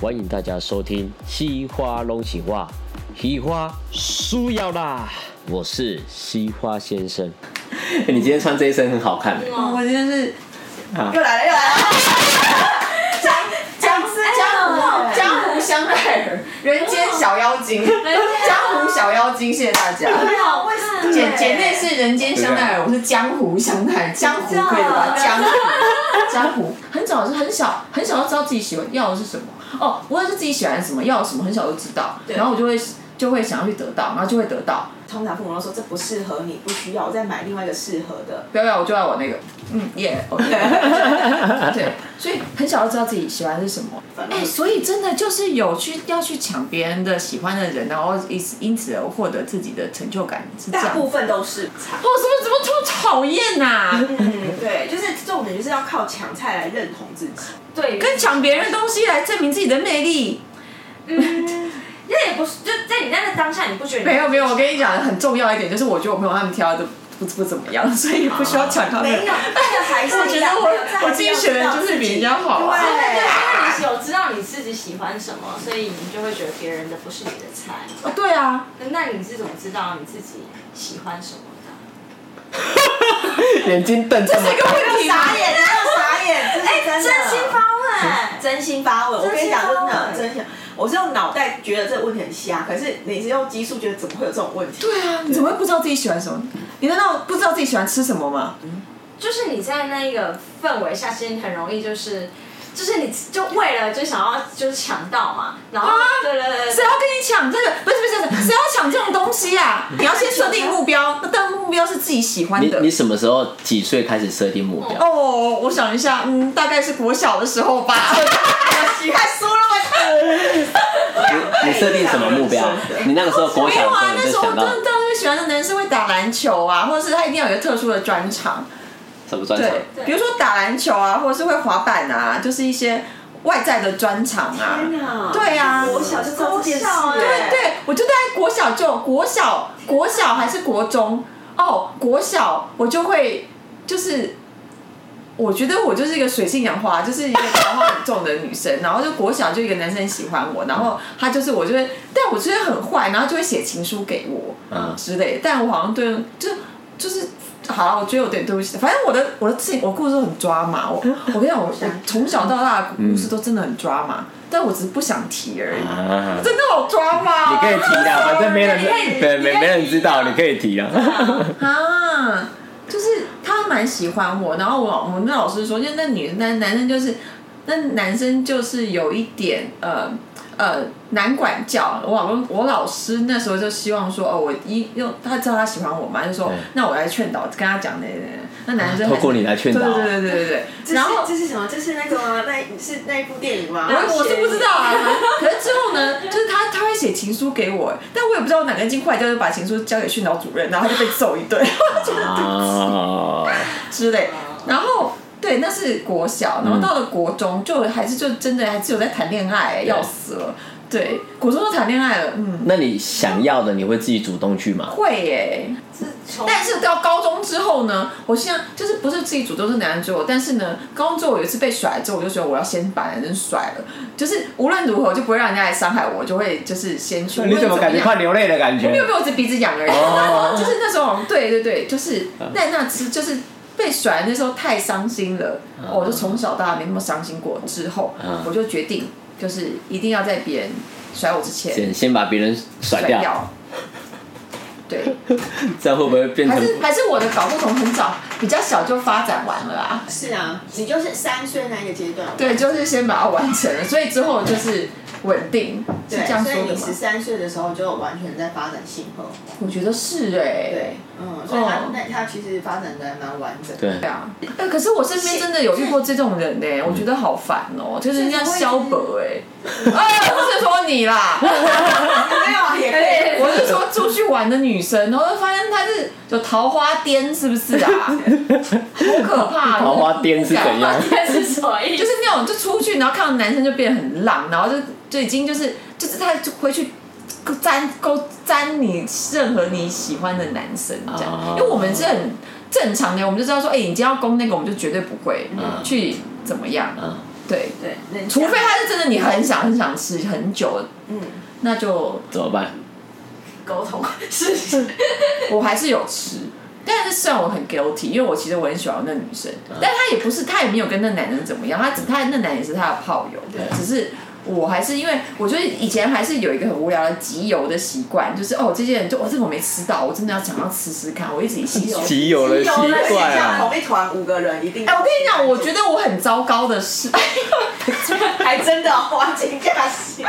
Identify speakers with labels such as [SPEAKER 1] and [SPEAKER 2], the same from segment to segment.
[SPEAKER 1] 欢迎大家收听《西花龙喜话》，喜花输要啦！我是西花先生。你今天穿这一身很好看诶、
[SPEAKER 2] 哦我今天是
[SPEAKER 1] 啊
[SPEAKER 2] 又来了 又来了，江江是江湖
[SPEAKER 3] 哎呦
[SPEAKER 2] 江湖香奈儿，人间小妖精，
[SPEAKER 3] 啊
[SPEAKER 2] 江湖小妖精，谢谢大家。
[SPEAKER 3] 好为什么
[SPEAKER 2] 姐姐妹是人间香奈儿，我是江湖香奈儿，江湖可以吧？江湖，江湖。很早是很小很小就知道自己喜欢要的是什么哦，无论是自己喜欢什么，要什么，很小就知道，然后我就会就会想要去得到，然后就会得到。
[SPEAKER 3] 通常父母都说这不适合你，不需要，我再买另外一个适合的。
[SPEAKER 2] 不要不要，我就要我那个，嗯耶，OK，对， 所以很小就知道自己喜欢是什么。
[SPEAKER 3] 反
[SPEAKER 2] 哎、
[SPEAKER 3] 正
[SPEAKER 2] 所以真的就是有去要去抢别人的喜欢的人，然后因此因此而获得自己的成就感，是这
[SPEAKER 3] 大
[SPEAKER 2] 样。
[SPEAKER 3] 部
[SPEAKER 2] 哦，
[SPEAKER 3] 分都是菜。
[SPEAKER 2] 怎么怎么这么讨厌啊 呐？
[SPEAKER 3] 嗯，对，就是重点就是要靠抢菜来认同自己。对，
[SPEAKER 2] 跟抢别人东西来证明自己的魅力。
[SPEAKER 4] 那也不是，就在你在那当下，你不觉得你
[SPEAKER 2] 没有没有，我跟你讲，很重要一点就是，我觉得我朋友他们挑的不不怎么样，所以不需要抢他们。
[SPEAKER 3] 没有，那个还是
[SPEAKER 2] 我觉得我我自己选的就是比人家好啊
[SPEAKER 3] 对
[SPEAKER 4] 对，因为你有知道你自己喜欢什么，所以你就会觉得别人的不是你的菜。
[SPEAKER 2] 哦对啊，
[SPEAKER 4] 那你是怎么知道你自己喜欢什么的？
[SPEAKER 1] 眼睛瞪这么
[SPEAKER 2] 这个问题
[SPEAKER 3] 傻 眼，真的傻眼，真的真的。
[SPEAKER 4] 哎真心发问，
[SPEAKER 3] 真心发问，我跟你讲，
[SPEAKER 4] 真
[SPEAKER 3] 真
[SPEAKER 4] 心发
[SPEAKER 3] 的
[SPEAKER 4] 问
[SPEAKER 3] 真心，我是用脑袋觉得这个问题很瞎，可是你是用激素觉得怎么会有这种问题？
[SPEAKER 2] 对啊， 你怎么会不知道自己喜欢什么？你难道不知道自己喜欢吃什么吗？
[SPEAKER 4] 就是你在那个氛围下，其实你很容易就是。就是你就为了就想要就是抢到嘛，然后、
[SPEAKER 3] 啊
[SPEAKER 4] 对对对
[SPEAKER 2] 谁
[SPEAKER 4] 对，
[SPEAKER 2] 要跟你抢这个？不是不是不是，谁要抢这种东西啊？你要先设定目标，那但目标是自己喜欢
[SPEAKER 1] 你
[SPEAKER 2] 的
[SPEAKER 1] 你。什么时候几岁开始设定目标？
[SPEAKER 2] 哦，我想一下，嗯，大概是国小的时候吧。
[SPEAKER 3] 你 还输了吗？
[SPEAKER 1] 你你设定什么目标？
[SPEAKER 2] 哎
[SPEAKER 1] 你那个时候国
[SPEAKER 2] 没
[SPEAKER 1] 小
[SPEAKER 2] 有
[SPEAKER 1] 的时
[SPEAKER 2] 啊
[SPEAKER 1] 候，
[SPEAKER 2] 那
[SPEAKER 1] 你
[SPEAKER 2] 时
[SPEAKER 1] 就
[SPEAKER 2] 候
[SPEAKER 1] 想
[SPEAKER 2] 真
[SPEAKER 1] 到
[SPEAKER 2] 的特别喜欢的男生会打篮球啊，或者是他一定要有一个特殊的专长，
[SPEAKER 1] 什么专长？
[SPEAKER 2] 对，
[SPEAKER 4] 对
[SPEAKER 2] 比如说打篮球啊，或者是会滑板啊，就是一些外在的专长啊。
[SPEAKER 3] 天哪！
[SPEAKER 2] 对啊
[SPEAKER 3] 我小就知道这件事
[SPEAKER 4] 国小
[SPEAKER 3] 欸，
[SPEAKER 4] 欸
[SPEAKER 2] 对对，我就在国小就国小国小还是国中哦，国小我就会就是。我觉得我就是一个水性杨花，就是一个桃花很重的女生。然后就国小就一个男生喜欢我，然后他就是我就会，但我觉得很坏，然后就会写情书给我，
[SPEAKER 1] 嗯
[SPEAKER 2] 之类的。但我好像对，就就是好了，我觉得有点对不起。反正我的我的事情，我故事都很抓马。
[SPEAKER 1] 嗯
[SPEAKER 2] 我我跟你讲，我我从小到大的故事都真的很抓马，但我只是不想提而已。
[SPEAKER 1] 啊，
[SPEAKER 2] 真的好抓马、
[SPEAKER 1] 你可以提的，反正没 人
[SPEAKER 4] 你可以
[SPEAKER 1] 对没
[SPEAKER 4] 你可以
[SPEAKER 1] 没人知道，你可以提啊。
[SPEAKER 2] 啊，就是他蛮喜欢我，然后我老我们那老师说，就那女那男生就是那男生就是有一点呃呃难管教。我老公我老师那时候就希望说，哦，我一又他知道他喜欢我嘛，就说
[SPEAKER 1] 对
[SPEAKER 2] 那我来劝导，跟他讲那那男生
[SPEAKER 1] 透
[SPEAKER 2] 还
[SPEAKER 1] 过你来劝导
[SPEAKER 2] 对对对对对对，
[SPEAKER 3] 然
[SPEAKER 2] 然
[SPEAKER 3] 后
[SPEAKER 2] 后
[SPEAKER 3] 这是什么？这是那个吗？那是那一部电影吗？
[SPEAKER 2] 我我是不知道啊， 可是之后呢，就是他他会写情书给我，但我也不知道我哪根筋坏掉，就把情书交给训导主任，然后他就被揍一顿。
[SPEAKER 1] 啊，
[SPEAKER 2] 之类。然后对，那是国小，然后到了国中就还是就真的还是有在谈恋爱、要死了。对，国中就谈恋爱了，嗯，
[SPEAKER 1] 那你想要的，你会自己主动去吗？
[SPEAKER 2] 会耶、
[SPEAKER 4] 是从
[SPEAKER 2] 但是到高中之后呢，我现在就是不是自己主动是男人追我，但是呢，高中之后我有一次被甩之后，我就觉得我要先把男生甩了，就是无论如何我就不会让人家来伤害我，我就会就是先去。
[SPEAKER 1] 你怎么感觉
[SPEAKER 2] 无论样
[SPEAKER 1] 快流泪的感觉
[SPEAKER 2] 没有？被我这鼻子痒而已。
[SPEAKER 1] 哦嗯
[SPEAKER 2] 就是那时候，对对对，就是那那次就是被甩那时候太伤心了，哦我就从小到大没那么伤心过。之后
[SPEAKER 1] 嗯
[SPEAKER 2] 我就决定，就是一定要在别人甩我之前
[SPEAKER 1] 先先把别人甩
[SPEAKER 2] 甩
[SPEAKER 1] 掉，
[SPEAKER 2] 掉。对，
[SPEAKER 1] 这样会不会变
[SPEAKER 2] 还
[SPEAKER 1] 成
[SPEAKER 2] 是还是我的搞不同很早，比较小就发展完了啊。
[SPEAKER 3] 是啊，你就是三岁那个阶段。
[SPEAKER 2] 对，就是先把它完成了，所以之后就是稳定，是
[SPEAKER 3] 对，
[SPEAKER 2] 这样
[SPEAKER 3] 所
[SPEAKER 2] 说
[SPEAKER 3] 以
[SPEAKER 2] 的
[SPEAKER 3] 你
[SPEAKER 2] 吗
[SPEAKER 3] 十？三岁的时候就完全在发展性荷尔蒙。
[SPEAKER 2] 我觉得是哎、
[SPEAKER 3] 对，嗯，所以他
[SPEAKER 2] 哦
[SPEAKER 3] 那他其实发展的还蛮完整。，
[SPEAKER 1] 对
[SPEAKER 2] 对？啊，哎、可是我身边真的有遇过这种人呢、欸我觉得好烦哦、就是人家萧伯哎、哎，不是说你啦，
[SPEAKER 3] 没有啊，也 可以。
[SPEAKER 2] 我是说出去玩的女生，然后就发现她是有桃花癫，是不是啊？好可怕！啊
[SPEAKER 1] 桃花癫是怎样？
[SPEAKER 4] 但是什么意思？
[SPEAKER 2] 就是那种就出去，然后看到男生就变得很浪，然后就就已经就是就是他就回去沾勾沾你任何你喜欢的男生这样，
[SPEAKER 1] 哦
[SPEAKER 2] 因为我们是很正常的，我们就知道说，哎、你今天要攻那个，我们就绝对不会去怎么样。
[SPEAKER 1] 嗯
[SPEAKER 2] 对，
[SPEAKER 4] 对，
[SPEAKER 3] 能
[SPEAKER 2] 除非
[SPEAKER 3] 讲
[SPEAKER 2] 它是真的你很想很想吃很久，
[SPEAKER 3] 嗯，
[SPEAKER 2] 那就
[SPEAKER 1] 怎么办？
[SPEAKER 4] 沟通是是
[SPEAKER 2] 我还是有吃。但是虽然我很 guilty，因为我其实我很喜欢那女生，但她也不是，她也没有跟那男人怎么样，她只她那男也是她的炮友，只是我还是因为我觉得以前还是有一个很无聊的集邮的习惯，就是哦这些人就哦这个我没吃到，我真的要想要吃吃看，我一直以吸收。
[SPEAKER 1] 集 有了习
[SPEAKER 3] 而且
[SPEAKER 1] 惯
[SPEAKER 3] 像
[SPEAKER 1] 啊，
[SPEAKER 3] 同一团五个人一定，
[SPEAKER 2] 哎、我跟你讲，我觉得我很糟糕的是，
[SPEAKER 3] 还真的花钱架势，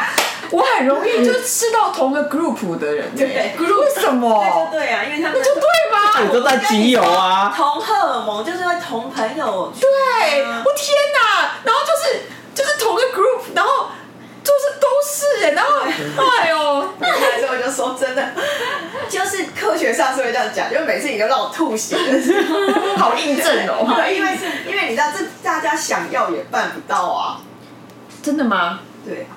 [SPEAKER 2] 我很容易就吃到同个 group 的人，
[SPEAKER 3] 对
[SPEAKER 2] ，group 为什
[SPEAKER 3] 对
[SPEAKER 2] 么？
[SPEAKER 3] 对啊，因为他们
[SPEAKER 2] 就对吧？
[SPEAKER 1] 你都在集有啊，
[SPEAKER 3] 同荷尔蒙就是会同朋友去，啊
[SPEAKER 2] 对，我天哪！然后就是就是同个 group，然后就是都是哎，然后哎呦，
[SPEAKER 3] 那时候我就说真的，就是科学上是会这样讲，就是每次你都让我吐 血，就是
[SPEAKER 2] 好印证哦！
[SPEAKER 3] 对，因为是因为你知道这大家想要也办不到啊，
[SPEAKER 2] 真的吗？
[SPEAKER 3] 对，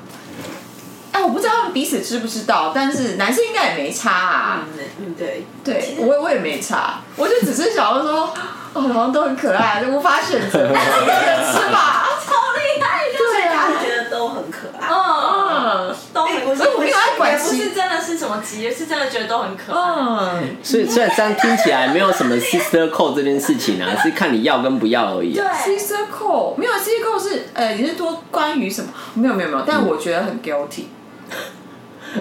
[SPEAKER 2] 哎，我不知道他们彼此知不知道，但是男生应该也没差啊
[SPEAKER 3] 嗯。嗯对，
[SPEAKER 2] 对，我我也没差，我就只是想要说，哦，好像都很可爱，啊就无法选 择，但是有人吃吧。
[SPEAKER 4] 好厉害的，
[SPEAKER 3] 大
[SPEAKER 2] 对啊
[SPEAKER 3] 家，觉得都很可爱，
[SPEAKER 4] 嗯，
[SPEAKER 2] 嗯
[SPEAKER 3] 都很
[SPEAKER 2] 所以我没有爱管
[SPEAKER 4] 不
[SPEAKER 2] 其
[SPEAKER 4] 是真的是什么急，是真的觉得都很可爱。
[SPEAKER 2] 嗯，
[SPEAKER 1] 所以虽然这样听起来没有什么 sister code 这件事情 啊，是看你要跟不要而已啊。
[SPEAKER 2] C circle 没有 C circle 是呃，你是多关于什么？没有没有没有，但我觉得很 guilty，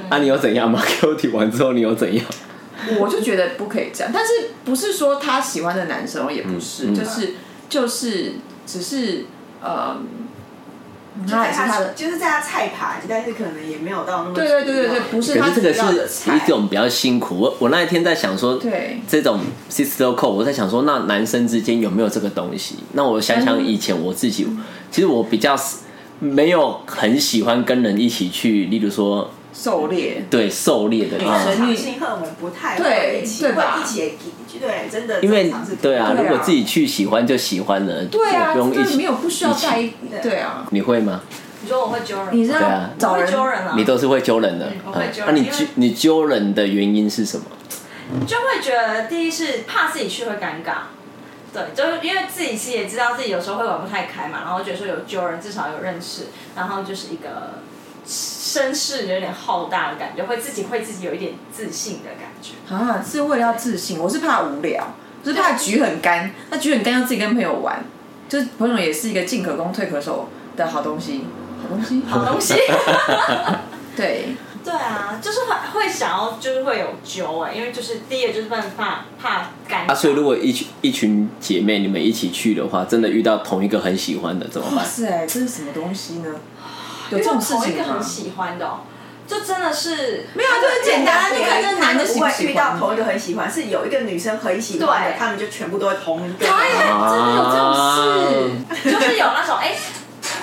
[SPEAKER 1] 啊，你有怎样吗？Q 体完之后你有怎样？
[SPEAKER 2] 我就觉得不可以这样。但是不是说他喜欢的男生也不是，
[SPEAKER 1] 嗯嗯
[SPEAKER 2] 就是就是只是呃，
[SPEAKER 3] 就
[SPEAKER 2] 他
[SPEAKER 3] 在
[SPEAKER 2] 还是他的，
[SPEAKER 3] 就是在他菜盘，但是可能也没有到那么
[SPEAKER 2] 对对对对对，不是
[SPEAKER 1] 可
[SPEAKER 2] 他
[SPEAKER 1] 是这
[SPEAKER 2] 主
[SPEAKER 1] 个
[SPEAKER 2] 要的
[SPEAKER 1] 是
[SPEAKER 2] 菜
[SPEAKER 1] 一。种比较辛苦。我我那一天在想说，
[SPEAKER 2] 对
[SPEAKER 1] 这种 sister code，我在想说，那男生之间有没有这个东西？那我想
[SPEAKER 2] 嗯
[SPEAKER 1] 想以前我自己，其实我比较没有很喜欢跟人一起去，例如说
[SPEAKER 2] 狩猎，
[SPEAKER 1] 对狩猎的
[SPEAKER 3] 因
[SPEAKER 1] 啊
[SPEAKER 2] 嗯
[SPEAKER 3] 为，场性荷尔蒙不太
[SPEAKER 2] 对
[SPEAKER 3] 会一起
[SPEAKER 2] 对吧
[SPEAKER 3] 会一起对，真的
[SPEAKER 1] 因为
[SPEAKER 3] 正常是
[SPEAKER 1] 对啊，
[SPEAKER 2] 对啊
[SPEAKER 1] 如果自己去喜欢就喜欢了，
[SPEAKER 2] 对
[SPEAKER 1] 也
[SPEAKER 2] 啊，
[SPEAKER 1] 不用一
[SPEAKER 2] 这
[SPEAKER 1] 起
[SPEAKER 2] 没有不需要在
[SPEAKER 1] 一起。
[SPEAKER 2] 意，对啊，
[SPEAKER 1] 你会吗？
[SPEAKER 4] 你说我会揪人，
[SPEAKER 2] 你是
[SPEAKER 1] 对
[SPEAKER 2] 要
[SPEAKER 1] 啊
[SPEAKER 2] 找
[SPEAKER 4] 我
[SPEAKER 2] 人
[SPEAKER 4] 会揪人啊，
[SPEAKER 1] 你都是会揪人的
[SPEAKER 4] 嗯，我
[SPEAKER 1] 啊
[SPEAKER 4] 会揪人
[SPEAKER 1] 那你
[SPEAKER 4] 因为
[SPEAKER 1] 揪你揪人的原因是什么？
[SPEAKER 4] 就会觉得第一是怕自己去会尴尬，对，就是因为自己其实也知道自己有时候会玩不太开嘛，然后觉得说有揪人至少有认识，然后就是一个绅士有点浩大的感觉，会自己会自己有一点自信的感觉。
[SPEAKER 2] 啊，是为了要自信，我是怕无聊，就是怕局很干。那局很干要自己跟朋友玩，就是朋友也是一个进可攻退可守的好东西，好东西。
[SPEAKER 4] 好东西。
[SPEAKER 2] 对，
[SPEAKER 4] 对啊，就是很会想要，就是会有揪哎、因为就是第一个就是怕怕怕尴尬。
[SPEAKER 1] 啊，所以如果一群一群姐妹你们一起去的话，真的遇到同一个很喜欢的怎么
[SPEAKER 2] 哇
[SPEAKER 1] 办？
[SPEAKER 2] 塞，这是什么东西呢？有
[SPEAKER 4] 遇
[SPEAKER 2] 这
[SPEAKER 4] 到
[SPEAKER 2] 种事
[SPEAKER 4] 同一
[SPEAKER 2] 情
[SPEAKER 4] 个
[SPEAKER 2] 吗
[SPEAKER 4] 很？喜欢的、哦，就真的是
[SPEAKER 2] 没有啊，就很简单啊，你看这男的喜
[SPEAKER 3] 不
[SPEAKER 2] 不
[SPEAKER 3] 会
[SPEAKER 2] 喜
[SPEAKER 3] 遇到
[SPEAKER 2] 欢？
[SPEAKER 3] 同一个很喜欢，是有一个女生很喜欢的
[SPEAKER 4] 对，
[SPEAKER 3] 他们就全部都会同一个。
[SPEAKER 2] 哎呀，真的有这种事？
[SPEAKER 4] 就是有那种哎、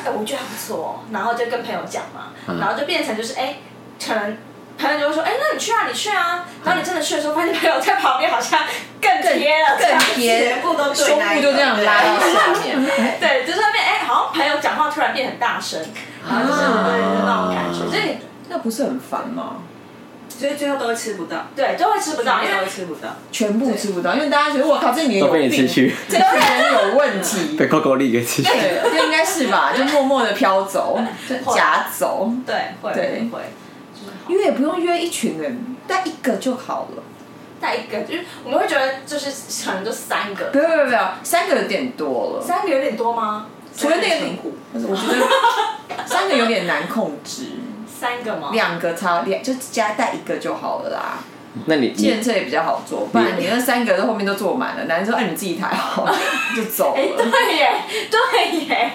[SPEAKER 4] 哎我觉得还不错、哦，然后就跟朋友讲嘛，
[SPEAKER 2] 嗯
[SPEAKER 4] 然后就变成就是哎、可能朋友就会说哎、那你去啊，你去啊，然后你真的去的时候，发现朋友在旁边好像更贴了，
[SPEAKER 2] 更
[SPEAKER 4] 这样
[SPEAKER 2] 贴
[SPEAKER 3] 全，部都对
[SPEAKER 2] 胸
[SPEAKER 3] 那
[SPEAKER 2] 部
[SPEAKER 3] 一
[SPEAKER 2] 就
[SPEAKER 3] 个
[SPEAKER 2] 这样拉到下面。
[SPEAKER 4] 对，就是会变哎、好像朋友讲话突然变很大声，然后就是、
[SPEAKER 2] 啊
[SPEAKER 4] 对就是那种感觉，所以你
[SPEAKER 2] 那不是很烦吗？
[SPEAKER 3] 所以最后都会吃不到，
[SPEAKER 4] 对就会吃不到，因
[SPEAKER 3] 最后
[SPEAKER 4] 为
[SPEAKER 3] 都吃不到。
[SPEAKER 2] 全部吃不到，因为大家觉得我靠，这女人
[SPEAKER 1] 都
[SPEAKER 2] 有
[SPEAKER 1] 被你吃
[SPEAKER 2] 病，
[SPEAKER 1] 去，
[SPEAKER 2] 这女人有问题。
[SPEAKER 1] 被 Coco 力给吃去。
[SPEAKER 2] 对，这应该是吧，就默默的飘走，就夹走，
[SPEAKER 4] 对会
[SPEAKER 2] 对
[SPEAKER 4] 会会。就是好
[SPEAKER 2] 约也不用约一群人，带一个就好了。
[SPEAKER 4] 带一个，就是我们会觉得就是可能就三个，
[SPEAKER 2] 不要不要不要，三个有点多了，
[SPEAKER 4] 三个有点多吗？
[SPEAKER 2] 除了那
[SPEAKER 3] 三
[SPEAKER 2] 个
[SPEAKER 3] 个
[SPEAKER 2] 你
[SPEAKER 3] 成虎，
[SPEAKER 2] 但是我觉得三个有点难控制，
[SPEAKER 4] 三个吗？
[SPEAKER 2] 两个差两就加带一个就好了啦。
[SPEAKER 1] 那你
[SPEAKER 2] 计
[SPEAKER 1] 你
[SPEAKER 2] 程车也比较好坐，不然你那三个后面都坐满了，男人说哎你自己抬好 就走
[SPEAKER 4] 哎、
[SPEAKER 2] 了。
[SPEAKER 4] 对耶，对耶，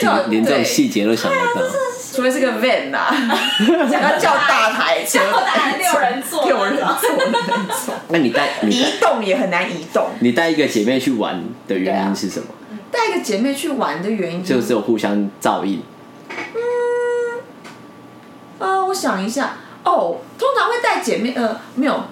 [SPEAKER 2] 就
[SPEAKER 1] 连这种
[SPEAKER 2] 对，
[SPEAKER 1] 细节都想得
[SPEAKER 4] 啊
[SPEAKER 1] 到，
[SPEAKER 2] 除非是个 van 呐、要叫大台车，
[SPEAKER 4] 叫大台六人 座
[SPEAKER 2] 六人座的那种，
[SPEAKER 1] 那你带你带
[SPEAKER 2] 移动也很难移动。
[SPEAKER 1] 你带一个姐妹去玩的原因是什么？
[SPEAKER 2] 带一个姐妹去玩的原因，
[SPEAKER 4] 啊
[SPEAKER 1] 就只有互相照应。
[SPEAKER 2] 呃，我想一下，哦，通常会带姐妹，呃，没有，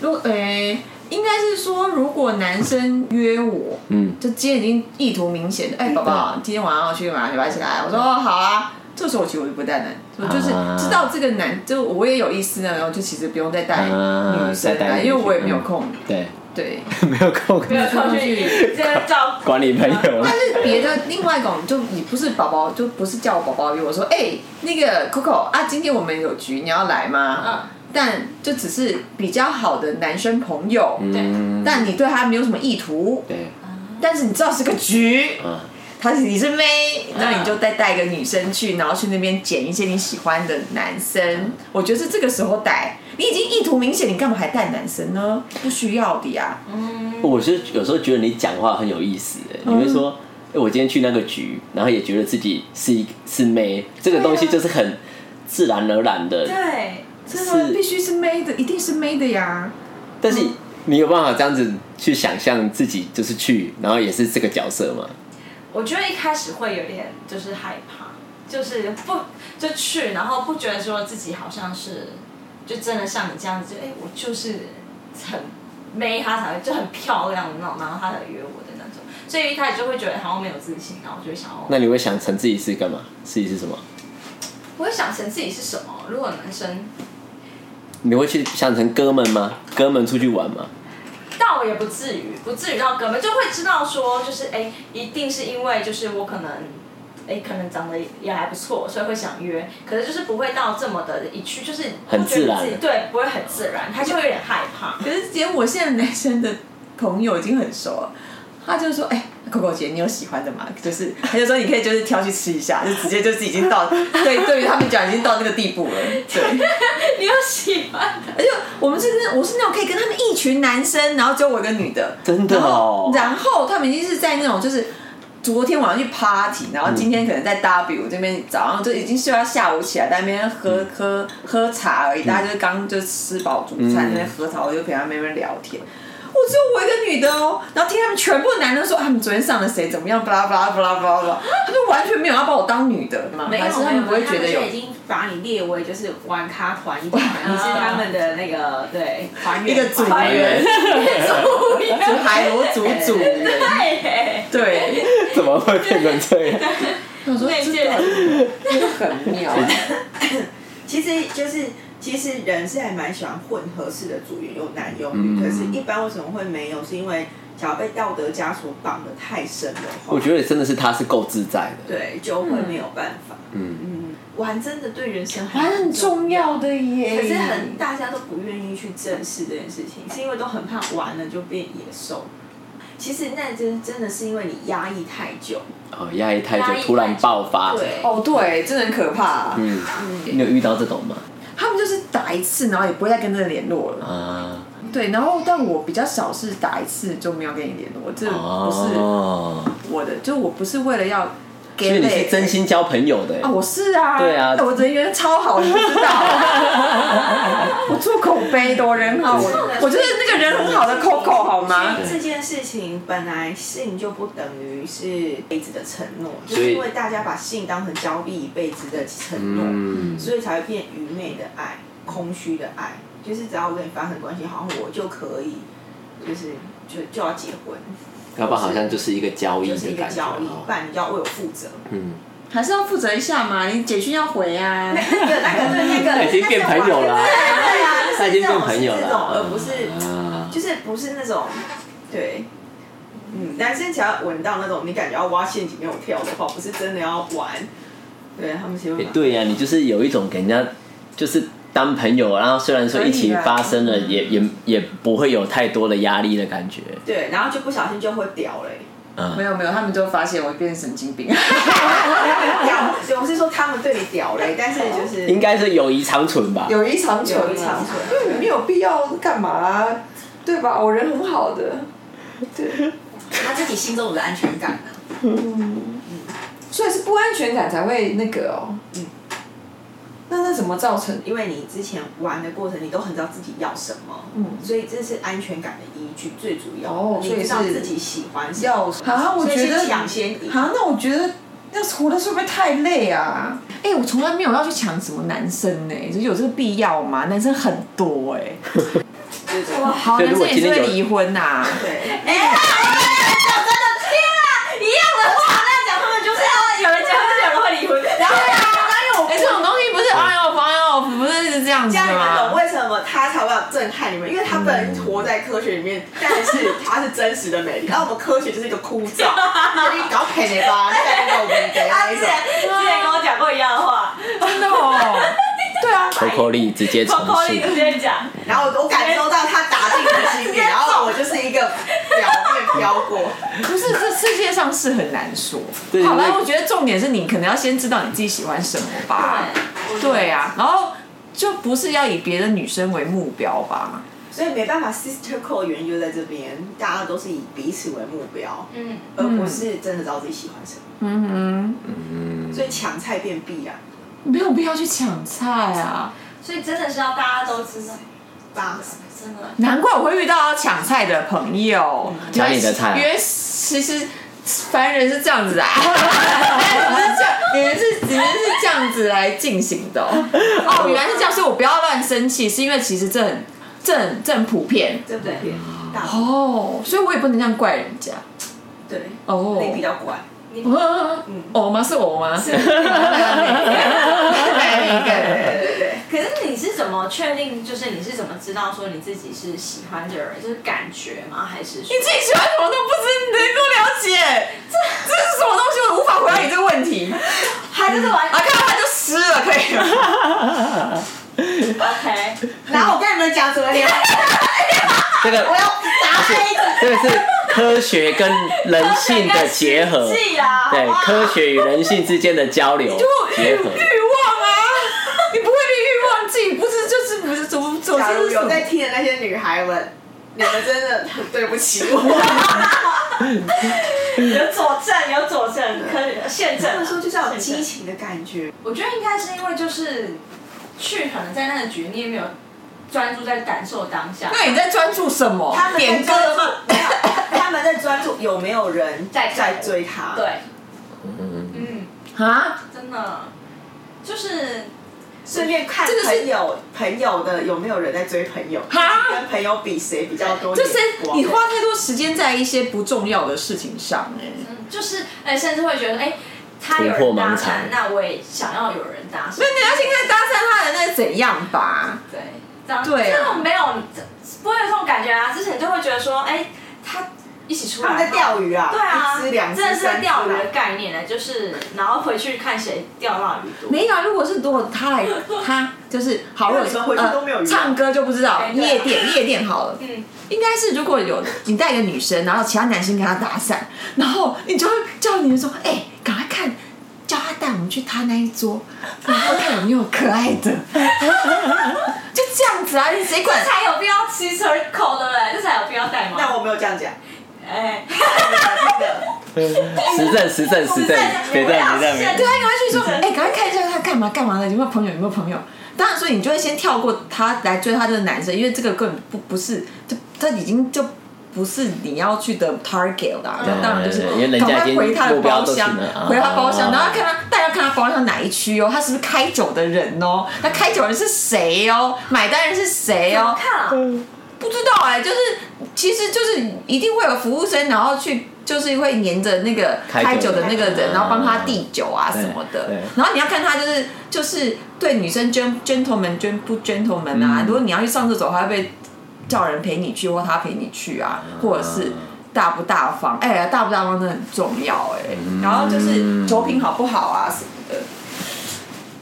[SPEAKER 2] 如果，诶、应该是说，如果男生约我，
[SPEAKER 1] 嗯，
[SPEAKER 2] 就今天已经意图明显的，哎、宝宝，今天晚上要去哪里玩起来？我说哦，好啊。这时候我其实我就不带男，我就是
[SPEAKER 1] 嗯啊
[SPEAKER 2] 知道这个男，就我也有意思呢，然后就其实不用再带
[SPEAKER 1] 啊
[SPEAKER 2] 女生
[SPEAKER 1] 再带
[SPEAKER 2] 来，
[SPEAKER 1] 女
[SPEAKER 2] 因为我也
[SPEAKER 1] 生
[SPEAKER 2] 没有
[SPEAKER 1] 嗯
[SPEAKER 2] 空。
[SPEAKER 1] 对，
[SPEAKER 2] 对，
[SPEAKER 1] 没有空
[SPEAKER 4] 没有空去这个照
[SPEAKER 1] 管理朋友了
[SPEAKER 2] 但。是别的另外一种就你不是宝宝，就不是叫我宝宝约我说，哎、那个 Coco 啊，今天我们有局，你要来吗？
[SPEAKER 4] 嗯，
[SPEAKER 2] 但就只是比较好的男生朋友，
[SPEAKER 1] 嗯，
[SPEAKER 2] 但你对他没有什么意图，
[SPEAKER 1] 对，
[SPEAKER 2] 但是你知道是个局，
[SPEAKER 1] 嗯，
[SPEAKER 2] 他是你是妹，那
[SPEAKER 4] 嗯
[SPEAKER 2] 你就再带一个女生去，然后去那边捡一些你喜欢的男
[SPEAKER 1] 嗯
[SPEAKER 2] 生。我觉得是这个时候带，你已经意图明显，你干嘛还带男生呢？不需要的呀。
[SPEAKER 1] 我是有时候觉得你讲话很有意思，哎你会
[SPEAKER 4] 嗯
[SPEAKER 1] 说。哎我今天去那个局，然后也觉得自己是一是妹，这个东西就是很自然而然的，
[SPEAKER 4] 对，
[SPEAKER 2] 这时候
[SPEAKER 1] 是
[SPEAKER 2] 必须是妹的，一定是妹的呀。
[SPEAKER 1] 但是你有办法这样子去想象自己就是去，然后也是这个角色嘛？
[SPEAKER 4] 我觉得一开始会有点就是害怕，就是不就去，然后不觉得说自己好像是就真的像你这样子，就哎、我就是很妹，她才会就很漂亮的那种，然后她才约我的那种，所以一开始就会觉得好像没有自信，然后我就会想要，
[SPEAKER 1] 那你会想成自己是干嘛？自己是什么？
[SPEAKER 4] 我会想成自己是什么。如果男生，
[SPEAKER 1] 你会去想成哥们吗？哥们出去玩吗？
[SPEAKER 4] 但我也不至于，不至于到哥们，就会知道说，就是哎、一定是因为就是我可能，哎、可能长得也还不错，所以会想约，可是就是不会到这么的一去，就是
[SPEAKER 1] 很
[SPEAKER 4] 不
[SPEAKER 1] 自
[SPEAKER 4] 觉得自己
[SPEAKER 1] 然
[SPEAKER 4] 对，不会很自然，他就会有点害怕。
[SPEAKER 2] 可是连我现在男生的朋友已经很熟了，他就说：“哎、c o c o 姐，你有喜欢的吗？”就是他就说你可以就是挑去吃一下，就直接就是已经到对，对于他们讲已经到那个地步了。对。
[SPEAKER 4] 你有喜欢的？
[SPEAKER 2] 而且我们是跟我是那种可以跟他们一群男生，然后只有我一个女的，
[SPEAKER 1] 真的哦
[SPEAKER 2] 然后然后他们已经是在那种就是昨天晚上去 party，然后今天可能在 W 这边早上就已经睡到下午起来，在那边喝、
[SPEAKER 1] 嗯
[SPEAKER 2] 喝喝茶而已，大家就是刚就吃饱午
[SPEAKER 1] 嗯
[SPEAKER 2] 餐在那边喝茶，我就陪他们那边聊天。我只有我一个女的哦，然后听他们全部男的说啊他们昨天上了谁怎么样，巴拉巴拉巴拉巴拉巴拉，他们完全没有要把我当女的嘛，还是他们不会觉得有
[SPEAKER 5] 他们就已经把你列为就是玩咖团一点，你是他们的那个对团员
[SPEAKER 2] 一个组
[SPEAKER 5] 团员
[SPEAKER 2] 员，组海螺组组员，
[SPEAKER 4] 对，
[SPEAKER 2] 对，
[SPEAKER 1] 怎么会变成这样？
[SPEAKER 2] 我说
[SPEAKER 4] 内建
[SPEAKER 2] 这 很妙，
[SPEAKER 3] 其实就是，其实人是还蛮喜欢混合式的组员，有男有女。可是，一般为什么会没有？是因为想要被道德枷锁绑得太深的话，
[SPEAKER 1] 我觉得真的是他是够自在的。
[SPEAKER 3] 对就会没有办法。嗯嗯，玩真的对人生
[SPEAKER 2] 还啊很重要的耶，
[SPEAKER 3] 可是很大家都不愿意去正视这件事情，是因为都很怕玩了就变野兽。其实那真真的是因为你压抑太久，
[SPEAKER 1] 哦，压抑太
[SPEAKER 4] 压抑太
[SPEAKER 1] 久
[SPEAKER 4] 久
[SPEAKER 1] 突然爆发。
[SPEAKER 3] 对，
[SPEAKER 2] 哦，对，真的很可怕、
[SPEAKER 1] 嗯，你有遇到这种吗？
[SPEAKER 2] 他们就是打一次，然后也不会再跟这个联络了。
[SPEAKER 1] 啊，
[SPEAKER 2] 对，然后但我比较少是打一次就没有跟你联络，这不
[SPEAKER 1] 哦，
[SPEAKER 2] 是我的，就我不是为了要
[SPEAKER 1] 所以
[SPEAKER 2] 给
[SPEAKER 1] 你是真心交朋友的
[SPEAKER 2] 啊，
[SPEAKER 1] 欸。
[SPEAKER 3] 哦
[SPEAKER 2] 我是啊，
[SPEAKER 1] 对啊
[SPEAKER 2] 哎我人缘超好，你不知道， 我做口碑的，我人好，我我就是那个人很好的 Coco 好吗？
[SPEAKER 3] 这件事情本来性就不等于是一辈子的承诺，就
[SPEAKER 1] 所
[SPEAKER 3] 是
[SPEAKER 1] 以
[SPEAKER 3] 因为大家把性当成交易一辈子的承诺，
[SPEAKER 1] 嗯，
[SPEAKER 3] 所以才会变愚昧的爱、空虚的爱。就是只要我跟你发生关系，好像我就可以，就是就就要结婚，
[SPEAKER 1] 要不然好像就是一个交易
[SPEAKER 3] 就是
[SPEAKER 1] 的
[SPEAKER 3] 一个
[SPEAKER 1] 感觉
[SPEAKER 3] 交易，不
[SPEAKER 1] 哦。
[SPEAKER 3] 然你就要为我负责。
[SPEAKER 1] 嗯，
[SPEAKER 2] 还是要负责一下嘛，你简讯要回 啊。
[SPEAKER 3] 那个那个对那个，
[SPEAKER 1] 已经变朋友了啊
[SPEAKER 3] 对啊，就是
[SPEAKER 1] 他已经变朋友
[SPEAKER 3] 这
[SPEAKER 1] 了
[SPEAKER 3] 种
[SPEAKER 1] 啊，
[SPEAKER 3] 而不是
[SPEAKER 1] 啊
[SPEAKER 3] 就是不是那种对。嗯，男生只要闻到那种你感觉要挖陷阱给我跳的话，不是真的要玩，对他们其实会
[SPEAKER 1] 也
[SPEAKER 3] 蛮
[SPEAKER 1] 哎对呀、你就是有一种给人家就是当朋友，然后虽然说一起发生
[SPEAKER 3] 啊
[SPEAKER 1] 了，也也也不会有太多的压力的感觉。
[SPEAKER 3] 对，然后就不小心就会屌嘞、
[SPEAKER 2] 没有没有，他们就发现我变成神经病。
[SPEAKER 3] 屌，我是说他们对你屌嘞，但是就是
[SPEAKER 1] 应该是友谊长存 吧？
[SPEAKER 2] 友谊长存啊，
[SPEAKER 3] 友谊长存
[SPEAKER 2] 因为没有必要干嘛啊、对吧？我人很好的，
[SPEAKER 5] 他自己心中有个安全感啊
[SPEAKER 2] 所以是不安全感才会那个哦。嗯，那那怎么造成？
[SPEAKER 3] 因为你之前玩的过程，你都很知道自己要什么，
[SPEAKER 2] 嗯
[SPEAKER 3] 所以这是安全感的依据，最主要，
[SPEAKER 2] 哦所
[SPEAKER 3] 你
[SPEAKER 2] 以
[SPEAKER 3] 知道
[SPEAKER 2] 是
[SPEAKER 3] 自己喜欢什么，
[SPEAKER 2] 要啊，我
[SPEAKER 3] 所以
[SPEAKER 2] 觉
[SPEAKER 3] 是
[SPEAKER 2] 得
[SPEAKER 3] 抢先赢
[SPEAKER 2] 啊，那我觉得那活的是不是太累啊？哎、我从来没有要去抢什么男生呢、就有这个必要吗？男生很多 哎、
[SPEAKER 3] 对对
[SPEAKER 2] 哇，好，
[SPEAKER 1] 所以
[SPEAKER 2] 男
[SPEAKER 1] 如果
[SPEAKER 2] 生也是
[SPEAKER 1] 今天
[SPEAKER 2] 会
[SPEAKER 1] 有
[SPEAKER 2] 离婚呐、
[SPEAKER 3] 对。啊
[SPEAKER 4] 一样的话，那讲他们就是要有人结婚，就有人会离婚，然后
[SPEAKER 2] 哎哎、这种东西不是 on off on off，不是是这样子
[SPEAKER 3] 这样你们懂
[SPEAKER 2] 吗？
[SPEAKER 3] 为什么他才会有震撼你们，因为他本人活在科学里面，但是他是真实的美丽，那我们科学就是一个枯燥，你搞骗你吧，在那个无的
[SPEAKER 4] 他
[SPEAKER 3] 那一
[SPEAKER 4] 之
[SPEAKER 3] 种
[SPEAKER 4] 前。之前跟我讲过一样的话，
[SPEAKER 2] 真的哦，对啊，
[SPEAKER 1] Coco 力直 接重
[SPEAKER 4] 从口里直
[SPEAKER 1] 述，
[SPEAKER 4] 接讲，
[SPEAKER 3] 然后我感受到他打进我心里，然后我就是一个表面飘过。
[SPEAKER 2] 不是这世界上事很难说。
[SPEAKER 1] 对
[SPEAKER 2] 好
[SPEAKER 1] 因
[SPEAKER 2] 了，
[SPEAKER 1] 为
[SPEAKER 2] 我觉得重点是你可能要先知道你自己喜欢什么吧。
[SPEAKER 4] 对
[SPEAKER 2] 对啊，然后就不是要以别的女生为目标吧？
[SPEAKER 3] 所以没办法，sister call 原因就在这边，大家都是以彼此为目标，
[SPEAKER 4] 嗯，
[SPEAKER 3] 而不是真的知道自己喜欢什么。
[SPEAKER 2] 嗯
[SPEAKER 1] 嗯，
[SPEAKER 3] 所以抢菜变必啊然
[SPEAKER 2] 哼，没有必要去抢菜啊。
[SPEAKER 4] 所以真的是要大家都知道，
[SPEAKER 3] 吧。
[SPEAKER 4] 真的。
[SPEAKER 2] 难怪我会遇到要抢菜的朋友，
[SPEAKER 1] 抢你的菜啊
[SPEAKER 2] 因为其实凡人是这样子 啊，你们是这样，你们是你们是这样子来进行的哦。哦，原来是这样，所以我不要乱生气，是因为其实这很这很这很普遍
[SPEAKER 3] 对不对？大
[SPEAKER 2] 哦，所以我也不能这样怪人家
[SPEAKER 3] 对，
[SPEAKER 2] 哦。
[SPEAKER 3] 你比较乖，
[SPEAKER 2] 嗯我吗？是我吗？ 是
[SPEAKER 3] 对对对。
[SPEAKER 4] 可是你是怎么确定？就是你是怎么知道说你自己是喜欢这个人？就是感觉吗？还是说
[SPEAKER 2] 你自己喜欢什么都不知，你能够了解？这这是什么东西？我无法回答你这个问题。
[SPEAKER 4] 还是玩
[SPEAKER 2] 啊，看到他就湿了，可以吗？
[SPEAKER 4] OK？
[SPEAKER 3] 然后我跟你们讲什么？你们
[SPEAKER 1] 这个
[SPEAKER 3] 我要打黑的。
[SPEAKER 1] 这个是科学跟人性的结 合，
[SPEAKER 4] 记
[SPEAKER 1] 呃
[SPEAKER 4] 啊，
[SPEAKER 1] 对
[SPEAKER 4] 好不好
[SPEAKER 1] 科学与人性之间的交流结合。
[SPEAKER 2] 欲望啊，你不会被欲望，自己不是就是不是总总
[SPEAKER 3] 假如
[SPEAKER 2] 是什
[SPEAKER 3] 有
[SPEAKER 2] 么
[SPEAKER 3] 在听的那些女孩们，你们真的很对不起我。
[SPEAKER 4] 有佐证，有佐证，科学现证啊。
[SPEAKER 3] 那时候就是要有激
[SPEAKER 4] 现证
[SPEAKER 3] 情的感觉，
[SPEAKER 4] 我觉得应该是因为就是去可能在那个局，你也没有专注在感受当下。
[SPEAKER 2] 那你在专注什么
[SPEAKER 3] 他？们
[SPEAKER 2] 点
[SPEAKER 3] 在专
[SPEAKER 2] 歌
[SPEAKER 3] 注
[SPEAKER 2] 吗？，
[SPEAKER 3] 没有，他们在专注有没有人
[SPEAKER 4] 在
[SPEAKER 3] 在追他？
[SPEAKER 4] 对，
[SPEAKER 1] 嗯，
[SPEAKER 4] 嗯，
[SPEAKER 2] 啊，
[SPEAKER 4] 真的就是
[SPEAKER 3] 顺便看
[SPEAKER 2] 这个是
[SPEAKER 3] 朋友朋友的有没有人在追朋友，
[SPEAKER 2] 哈
[SPEAKER 3] 跟朋友比谁比较多
[SPEAKER 2] 就
[SPEAKER 3] 眼
[SPEAKER 2] 是
[SPEAKER 3] 光。
[SPEAKER 2] 你花太多时间在一些不重要的事情上、哎，
[SPEAKER 4] 嗯就是哎、甚至会觉得哎、他有
[SPEAKER 1] 突破
[SPEAKER 4] 人搭
[SPEAKER 1] 盲
[SPEAKER 4] 讪
[SPEAKER 1] 肠，
[SPEAKER 4] 那我也想要有人搭讪
[SPEAKER 2] 那。你要先看搭讪他的那怎样吧？
[SPEAKER 4] 对，这样
[SPEAKER 2] 对啊
[SPEAKER 4] 这种没有这不会有这种感觉啊。之前就会觉得说，哎、他一起出来，
[SPEAKER 3] 他们在钓鱼啊，
[SPEAKER 4] 对啊，
[SPEAKER 3] 一只两只
[SPEAKER 4] 真的是在
[SPEAKER 3] 三只啊
[SPEAKER 4] 钓鱼的概念呢，就是然后回去看谁钓到的鱼多。
[SPEAKER 2] 没有啊，如果是如果他来，他就是好，如果
[SPEAKER 3] 因为你们回去都没有
[SPEAKER 2] 呃
[SPEAKER 3] 约
[SPEAKER 2] 唱歌就不知道
[SPEAKER 4] 哎对啊
[SPEAKER 2] 夜店夜店好了，
[SPEAKER 4] 嗯，
[SPEAKER 2] 应该是如果有你带一个女生，然后其他男生跟她搭讪，然后你就会叫女生说：“哎、赶快看，叫她带我们去她那一桌，然后看有没有可爱的。” 就这样子啊，你谁管
[SPEAKER 4] 这？才有必要骑车口对不对？这才有必要戴
[SPEAKER 3] 那
[SPEAKER 4] 帽。
[SPEAKER 3] 我没有这样讲，
[SPEAKER 4] 哎，
[SPEAKER 1] 实证实证实证，别这样别这样别这样
[SPEAKER 2] 对啊，赶快去说，哎、赶快看一下他干嘛干嘛的，有没有朋友，有没有朋友？当然，所以你就会先跳过他来追他这个男生，因为这个根本不不是，就他已经就不是你要去的 target 啦。那当然就是
[SPEAKER 1] 对因为人家
[SPEAKER 2] 赶快
[SPEAKER 1] 已经
[SPEAKER 2] 回他的
[SPEAKER 1] 目标
[SPEAKER 2] 包
[SPEAKER 1] 都去
[SPEAKER 2] 厢
[SPEAKER 1] 了啊，
[SPEAKER 2] 回他包厢，然后看他，大家看他包厢哪一区哦，他是不是开酒的人哦？那开酒人是谁哦？买单人是谁
[SPEAKER 4] 怎么
[SPEAKER 2] 哦？
[SPEAKER 4] 看啊？
[SPEAKER 2] 不知道哎、就是其实就是一定会有服务生，然后去就是会黏着那个
[SPEAKER 1] 开酒
[SPEAKER 2] 开酒的那个
[SPEAKER 1] 嗯
[SPEAKER 2] 人，然后帮他递酒啊
[SPEAKER 1] 对
[SPEAKER 2] 什么的
[SPEAKER 1] 对。
[SPEAKER 2] 然后你要看他就是就是对女生 gen gentleman gen 不 gentleman 啊，
[SPEAKER 1] 嗯
[SPEAKER 2] 如果你要去上厕所，他会被叫人陪你去，或他陪你去啊，或者是。大不大方？哎、呀，大不大方真的很重要哎、
[SPEAKER 1] 嗯
[SPEAKER 2] 然后就是酒品好不好啊什么的，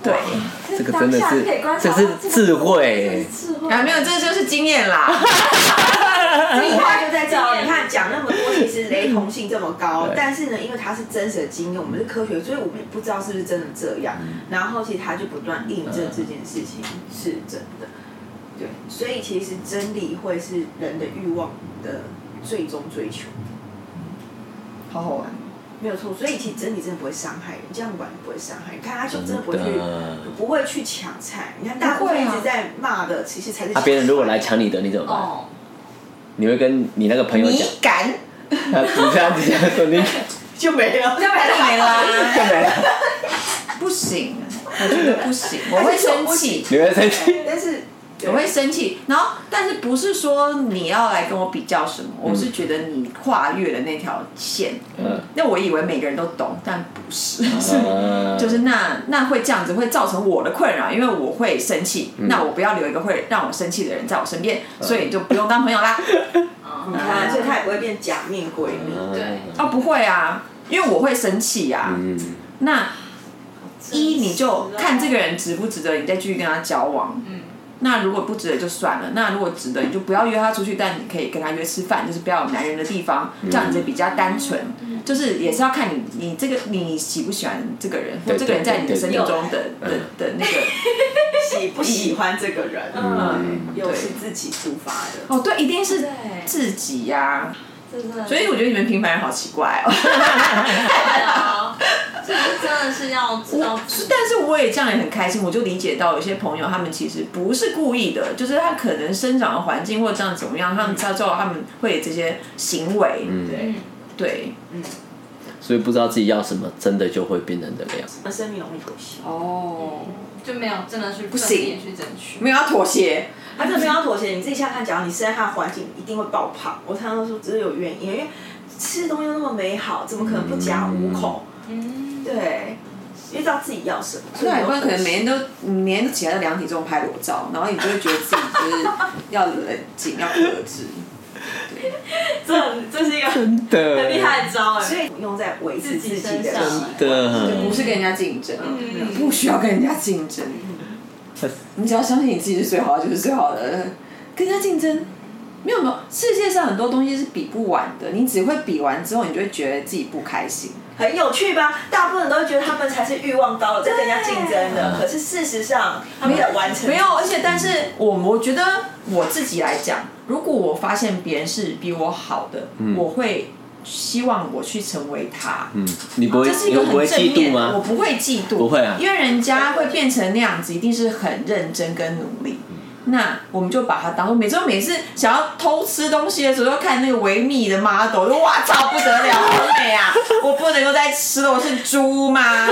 [SPEAKER 2] 对，
[SPEAKER 1] 这个真的
[SPEAKER 4] 当下
[SPEAKER 1] 是
[SPEAKER 4] 可以观，察
[SPEAKER 1] 这
[SPEAKER 4] 到
[SPEAKER 1] 是智
[SPEAKER 4] 这
[SPEAKER 1] 慧
[SPEAKER 4] 是。智慧
[SPEAKER 2] 啊没有，这就是经 验啦。
[SPEAKER 3] 你话就在这儿。你看讲那么多，其实雷同性这么高，但是呢，因为它是真实的经验，我们是科学，所以我们不知道是不是真的这样。
[SPEAKER 4] 嗯
[SPEAKER 3] 然后其实他就不断印证这件事情是真的，对，所以其实真理会是人的欲望的最终追求。
[SPEAKER 2] 好好玩。
[SPEAKER 3] 没有错，所以其实真理真的不会伤害人，这样玩不会伤害人。你看他就真的不会去
[SPEAKER 1] 真的，
[SPEAKER 3] 不会去抢菜。你看大部
[SPEAKER 2] 不会
[SPEAKER 3] 分
[SPEAKER 2] 啊
[SPEAKER 3] 一直在骂的，其实才是
[SPEAKER 1] 啊，
[SPEAKER 3] 抢菜
[SPEAKER 1] 别人如果来抢你的，你怎么办？
[SPEAKER 4] 哦，
[SPEAKER 1] 你会跟你那个朋友
[SPEAKER 2] 你
[SPEAKER 1] 讲？
[SPEAKER 2] 敢？
[SPEAKER 1] 啊你这样子讲说你
[SPEAKER 3] 就没了，
[SPEAKER 2] 就没啦。
[SPEAKER 1] 就没了，
[SPEAKER 2] 不行，我觉得不行，我会生气。
[SPEAKER 1] 你会生气。
[SPEAKER 3] 但是
[SPEAKER 2] 我会生气。然后，但是不是说你要来跟我比较什么？我是觉得你跨越了那条线。
[SPEAKER 1] 嗯
[SPEAKER 2] 那我以为每个人都懂，但不是， 是
[SPEAKER 1] 呃
[SPEAKER 2] 就是那那会这样子会造成我的困扰，因为我会生气。
[SPEAKER 1] 嗯
[SPEAKER 2] 那我不要留一个会让我生气的人在我身边，所以就不用当朋友啦。
[SPEAKER 3] 你
[SPEAKER 4] 啊
[SPEAKER 3] 看，所以他也不会变假面闺蜜。
[SPEAKER 1] 嗯
[SPEAKER 4] 对
[SPEAKER 2] 哦，不会啊，因为我会生气呀、啊。
[SPEAKER 1] 嗯，
[SPEAKER 2] 那一你就
[SPEAKER 4] 真实哦
[SPEAKER 2] 看这个人值不值得你再继续跟他交往。嗯。那如果不值得就算了，那如果值得你就不要约他出去，但你可以跟他约吃饭，就是不要有男人的地方，
[SPEAKER 1] 嗯
[SPEAKER 2] 这样你就比较单纯。就是也是要看你你这个你喜不喜欢这个人，或
[SPEAKER 1] 对
[SPEAKER 2] 这个人在你的生命中的
[SPEAKER 1] 对嗯
[SPEAKER 2] 的
[SPEAKER 1] 对
[SPEAKER 2] 的那个。
[SPEAKER 3] 喜不喜欢这个人，
[SPEAKER 1] 嗯
[SPEAKER 3] 有是自己出发的。
[SPEAKER 2] 哦，对，一定是
[SPEAKER 4] 对
[SPEAKER 2] 自己呀、
[SPEAKER 4] 真的，
[SPEAKER 2] 所 以我觉得你们平凡人好奇怪 哦。
[SPEAKER 4] 对啊，这个真的是要知道
[SPEAKER 2] 我
[SPEAKER 4] 自己
[SPEAKER 2] 但是我也这样也很开心，我就理解到有些朋友他们其实不是故意的，就是他可能生长的环境或这样怎么样，他们知道他们会有这些行为，
[SPEAKER 3] 对，
[SPEAKER 2] 对，
[SPEAKER 1] 所以不知道自己要什么，真的就会变成这个样子。
[SPEAKER 3] 那生命容易妥协，
[SPEAKER 2] 哦，
[SPEAKER 4] 就没有真的去不
[SPEAKER 2] 行
[SPEAKER 4] 去争取，
[SPEAKER 2] 没有要妥协，
[SPEAKER 3] 他真的没有要妥协。你自己想想看，假如你生在他的环境，一定会爆胖。我常常说，只是有原因，因为吃的东西都那么美好，怎么可能不夹五口？
[SPEAKER 4] 嗯，
[SPEAKER 3] 对，因为知道自己要什么。所以
[SPEAKER 2] 对，不
[SPEAKER 3] 没有
[SPEAKER 2] 然可
[SPEAKER 3] 妥
[SPEAKER 2] 能
[SPEAKER 3] 协
[SPEAKER 2] 每天都每天都起来在量体重拍裸照，然后你就会觉得自己就是要冷静，要克制，
[SPEAKER 4] 这这是一个
[SPEAKER 1] 真
[SPEAKER 4] 很
[SPEAKER 1] 的，
[SPEAKER 4] 厉害的招
[SPEAKER 3] 所
[SPEAKER 4] 哎，
[SPEAKER 3] 以用在维持自己
[SPEAKER 4] 自己
[SPEAKER 3] 的
[SPEAKER 4] 身上
[SPEAKER 3] 习惯
[SPEAKER 1] 的
[SPEAKER 2] 不是跟人家竞争，
[SPEAKER 4] 嗯
[SPEAKER 2] 不需要跟人家竞争，你只要相信你自己是最好的，就是最好的。跟人家竞争，没有没有，世界上很多东西是比不完的，你只会比完之后，你就会觉得自己不开心。
[SPEAKER 3] 很有趣吧？大部分人都会觉得他们才是欲望高的，在跟人家竞争的。可是事实上，他们在完成
[SPEAKER 2] 没有，而且但是我我觉得我自己来讲，如果我发现别人是比我好的，我会希望我去成为他。
[SPEAKER 1] 嗯，你不会
[SPEAKER 2] 这是，
[SPEAKER 1] 你
[SPEAKER 2] 一个
[SPEAKER 1] 会不会嫉
[SPEAKER 2] 很正
[SPEAKER 1] 妒
[SPEAKER 2] 面的，我
[SPEAKER 1] 吗？
[SPEAKER 2] 不会嫉妒，
[SPEAKER 1] 不会啊
[SPEAKER 2] 因为人家会变成那样子，一定是很认真跟努力。
[SPEAKER 1] 嗯
[SPEAKER 2] 那我们就把它当做，每次每次想要偷吃东西的时候，就看那个维密的 model，就哇操不得了，好美 啊！我不能够再吃了，我是猪吗？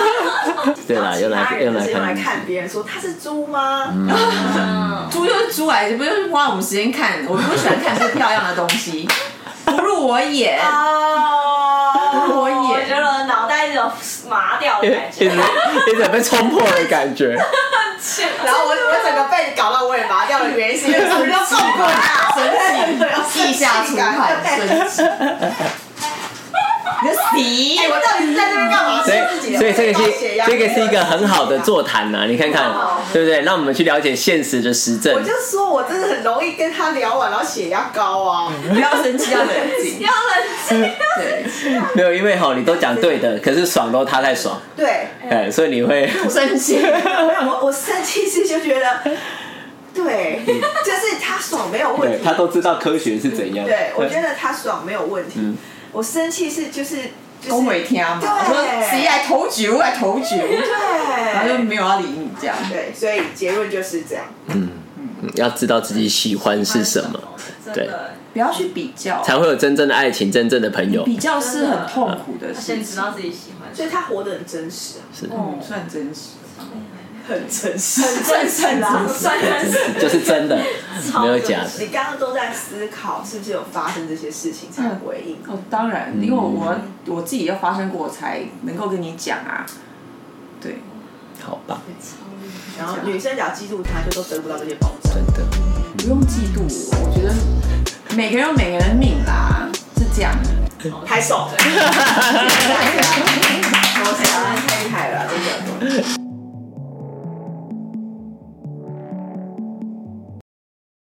[SPEAKER 1] 对啦，又
[SPEAKER 3] 他
[SPEAKER 1] 来又
[SPEAKER 3] 人，就是用
[SPEAKER 1] 来
[SPEAKER 3] 来
[SPEAKER 1] 看，
[SPEAKER 3] 看别人说他是猪吗？
[SPEAKER 4] 嗯，
[SPEAKER 2] 猪就是猪来，不就是花我们时间看？我不喜欢看不漂亮的东 西，不入我眼。
[SPEAKER 3] 哦，
[SPEAKER 2] 我也
[SPEAKER 4] 我觉得脑袋有麻掉的感
[SPEAKER 1] 一直
[SPEAKER 4] 觉，
[SPEAKER 1] 一直被冲破的感觉。
[SPEAKER 3] 然后我我整个被搞到我也麻掉的原因 是因为我要受不了，
[SPEAKER 2] 生气，地下出汗，生气。你
[SPEAKER 3] 哎，
[SPEAKER 2] 个
[SPEAKER 3] 我到底是在这边干嘛？
[SPEAKER 1] 所
[SPEAKER 3] 是自己
[SPEAKER 1] 以，
[SPEAKER 3] 的
[SPEAKER 1] 所以这个
[SPEAKER 3] 高
[SPEAKER 1] 是
[SPEAKER 3] 血压
[SPEAKER 1] 这个是一个很好的。座谈呐、你看看
[SPEAKER 3] 好，
[SPEAKER 1] 对不对？让我们去了解现实的实证
[SPEAKER 3] 我。就说我真的很容易跟他聊完，然后血压高 啊。
[SPEAKER 2] 死！不要生气，要冷静。
[SPEAKER 4] 要冷静，
[SPEAKER 2] 对，
[SPEAKER 1] 没有，因为吼你都讲对的，可是爽都他在爽，
[SPEAKER 3] 对，
[SPEAKER 1] 哎，所以你会
[SPEAKER 2] 生气。
[SPEAKER 3] 我我生气是就觉得，对，
[SPEAKER 1] 嗯
[SPEAKER 3] 就是他爽没有问
[SPEAKER 1] 对
[SPEAKER 3] 题，
[SPEAKER 1] 他都知道科学是怎样。
[SPEAKER 3] 对，我觉得他爽没有问题。
[SPEAKER 1] 嗯
[SPEAKER 3] 我生气是就是就是
[SPEAKER 2] 恭维听嘛，我说
[SPEAKER 3] 对
[SPEAKER 2] 谁来投酒，来投酒，他就
[SPEAKER 3] 对
[SPEAKER 2] 没有要理你这样。
[SPEAKER 3] 对，所以结论就是这样。
[SPEAKER 1] 要知道自己喜欢是什么，
[SPEAKER 4] 真的，
[SPEAKER 2] 不要去比较，
[SPEAKER 1] 才会有真正的爱情，真正的朋友。
[SPEAKER 2] 比较是很痛苦的
[SPEAKER 4] 他
[SPEAKER 2] 事
[SPEAKER 4] 先知
[SPEAKER 2] 情，
[SPEAKER 4] 道自己喜欢什
[SPEAKER 3] 所
[SPEAKER 4] 么，
[SPEAKER 3] 以他活得很真实啊，
[SPEAKER 1] 是，
[SPEAKER 2] 嗯算真实。
[SPEAKER 3] 很真实，很
[SPEAKER 2] 真实啊
[SPEAKER 3] 算真实。
[SPEAKER 1] 就是真的，没有假
[SPEAKER 4] 超
[SPEAKER 1] 的。
[SPEAKER 3] 你刚刚都在思考是不是有发生这些事情才回应？
[SPEAKER 2] 哦，当然，因为我我自己要发生过，我才能够跟你讲啊。对，
[SPEAKER 1] 好吧，
[SPEAKER 3] 然后女生只要嫉妒他，就都得不到这些保障
[SPEAKER 1] 真。的。
[SPEAKER 2] 不用嫉妒我，我觉得每个人有每个人的命啦，是这样的。
[SPEAKER 3] 拍手，多谢大家，太厉害了，真的。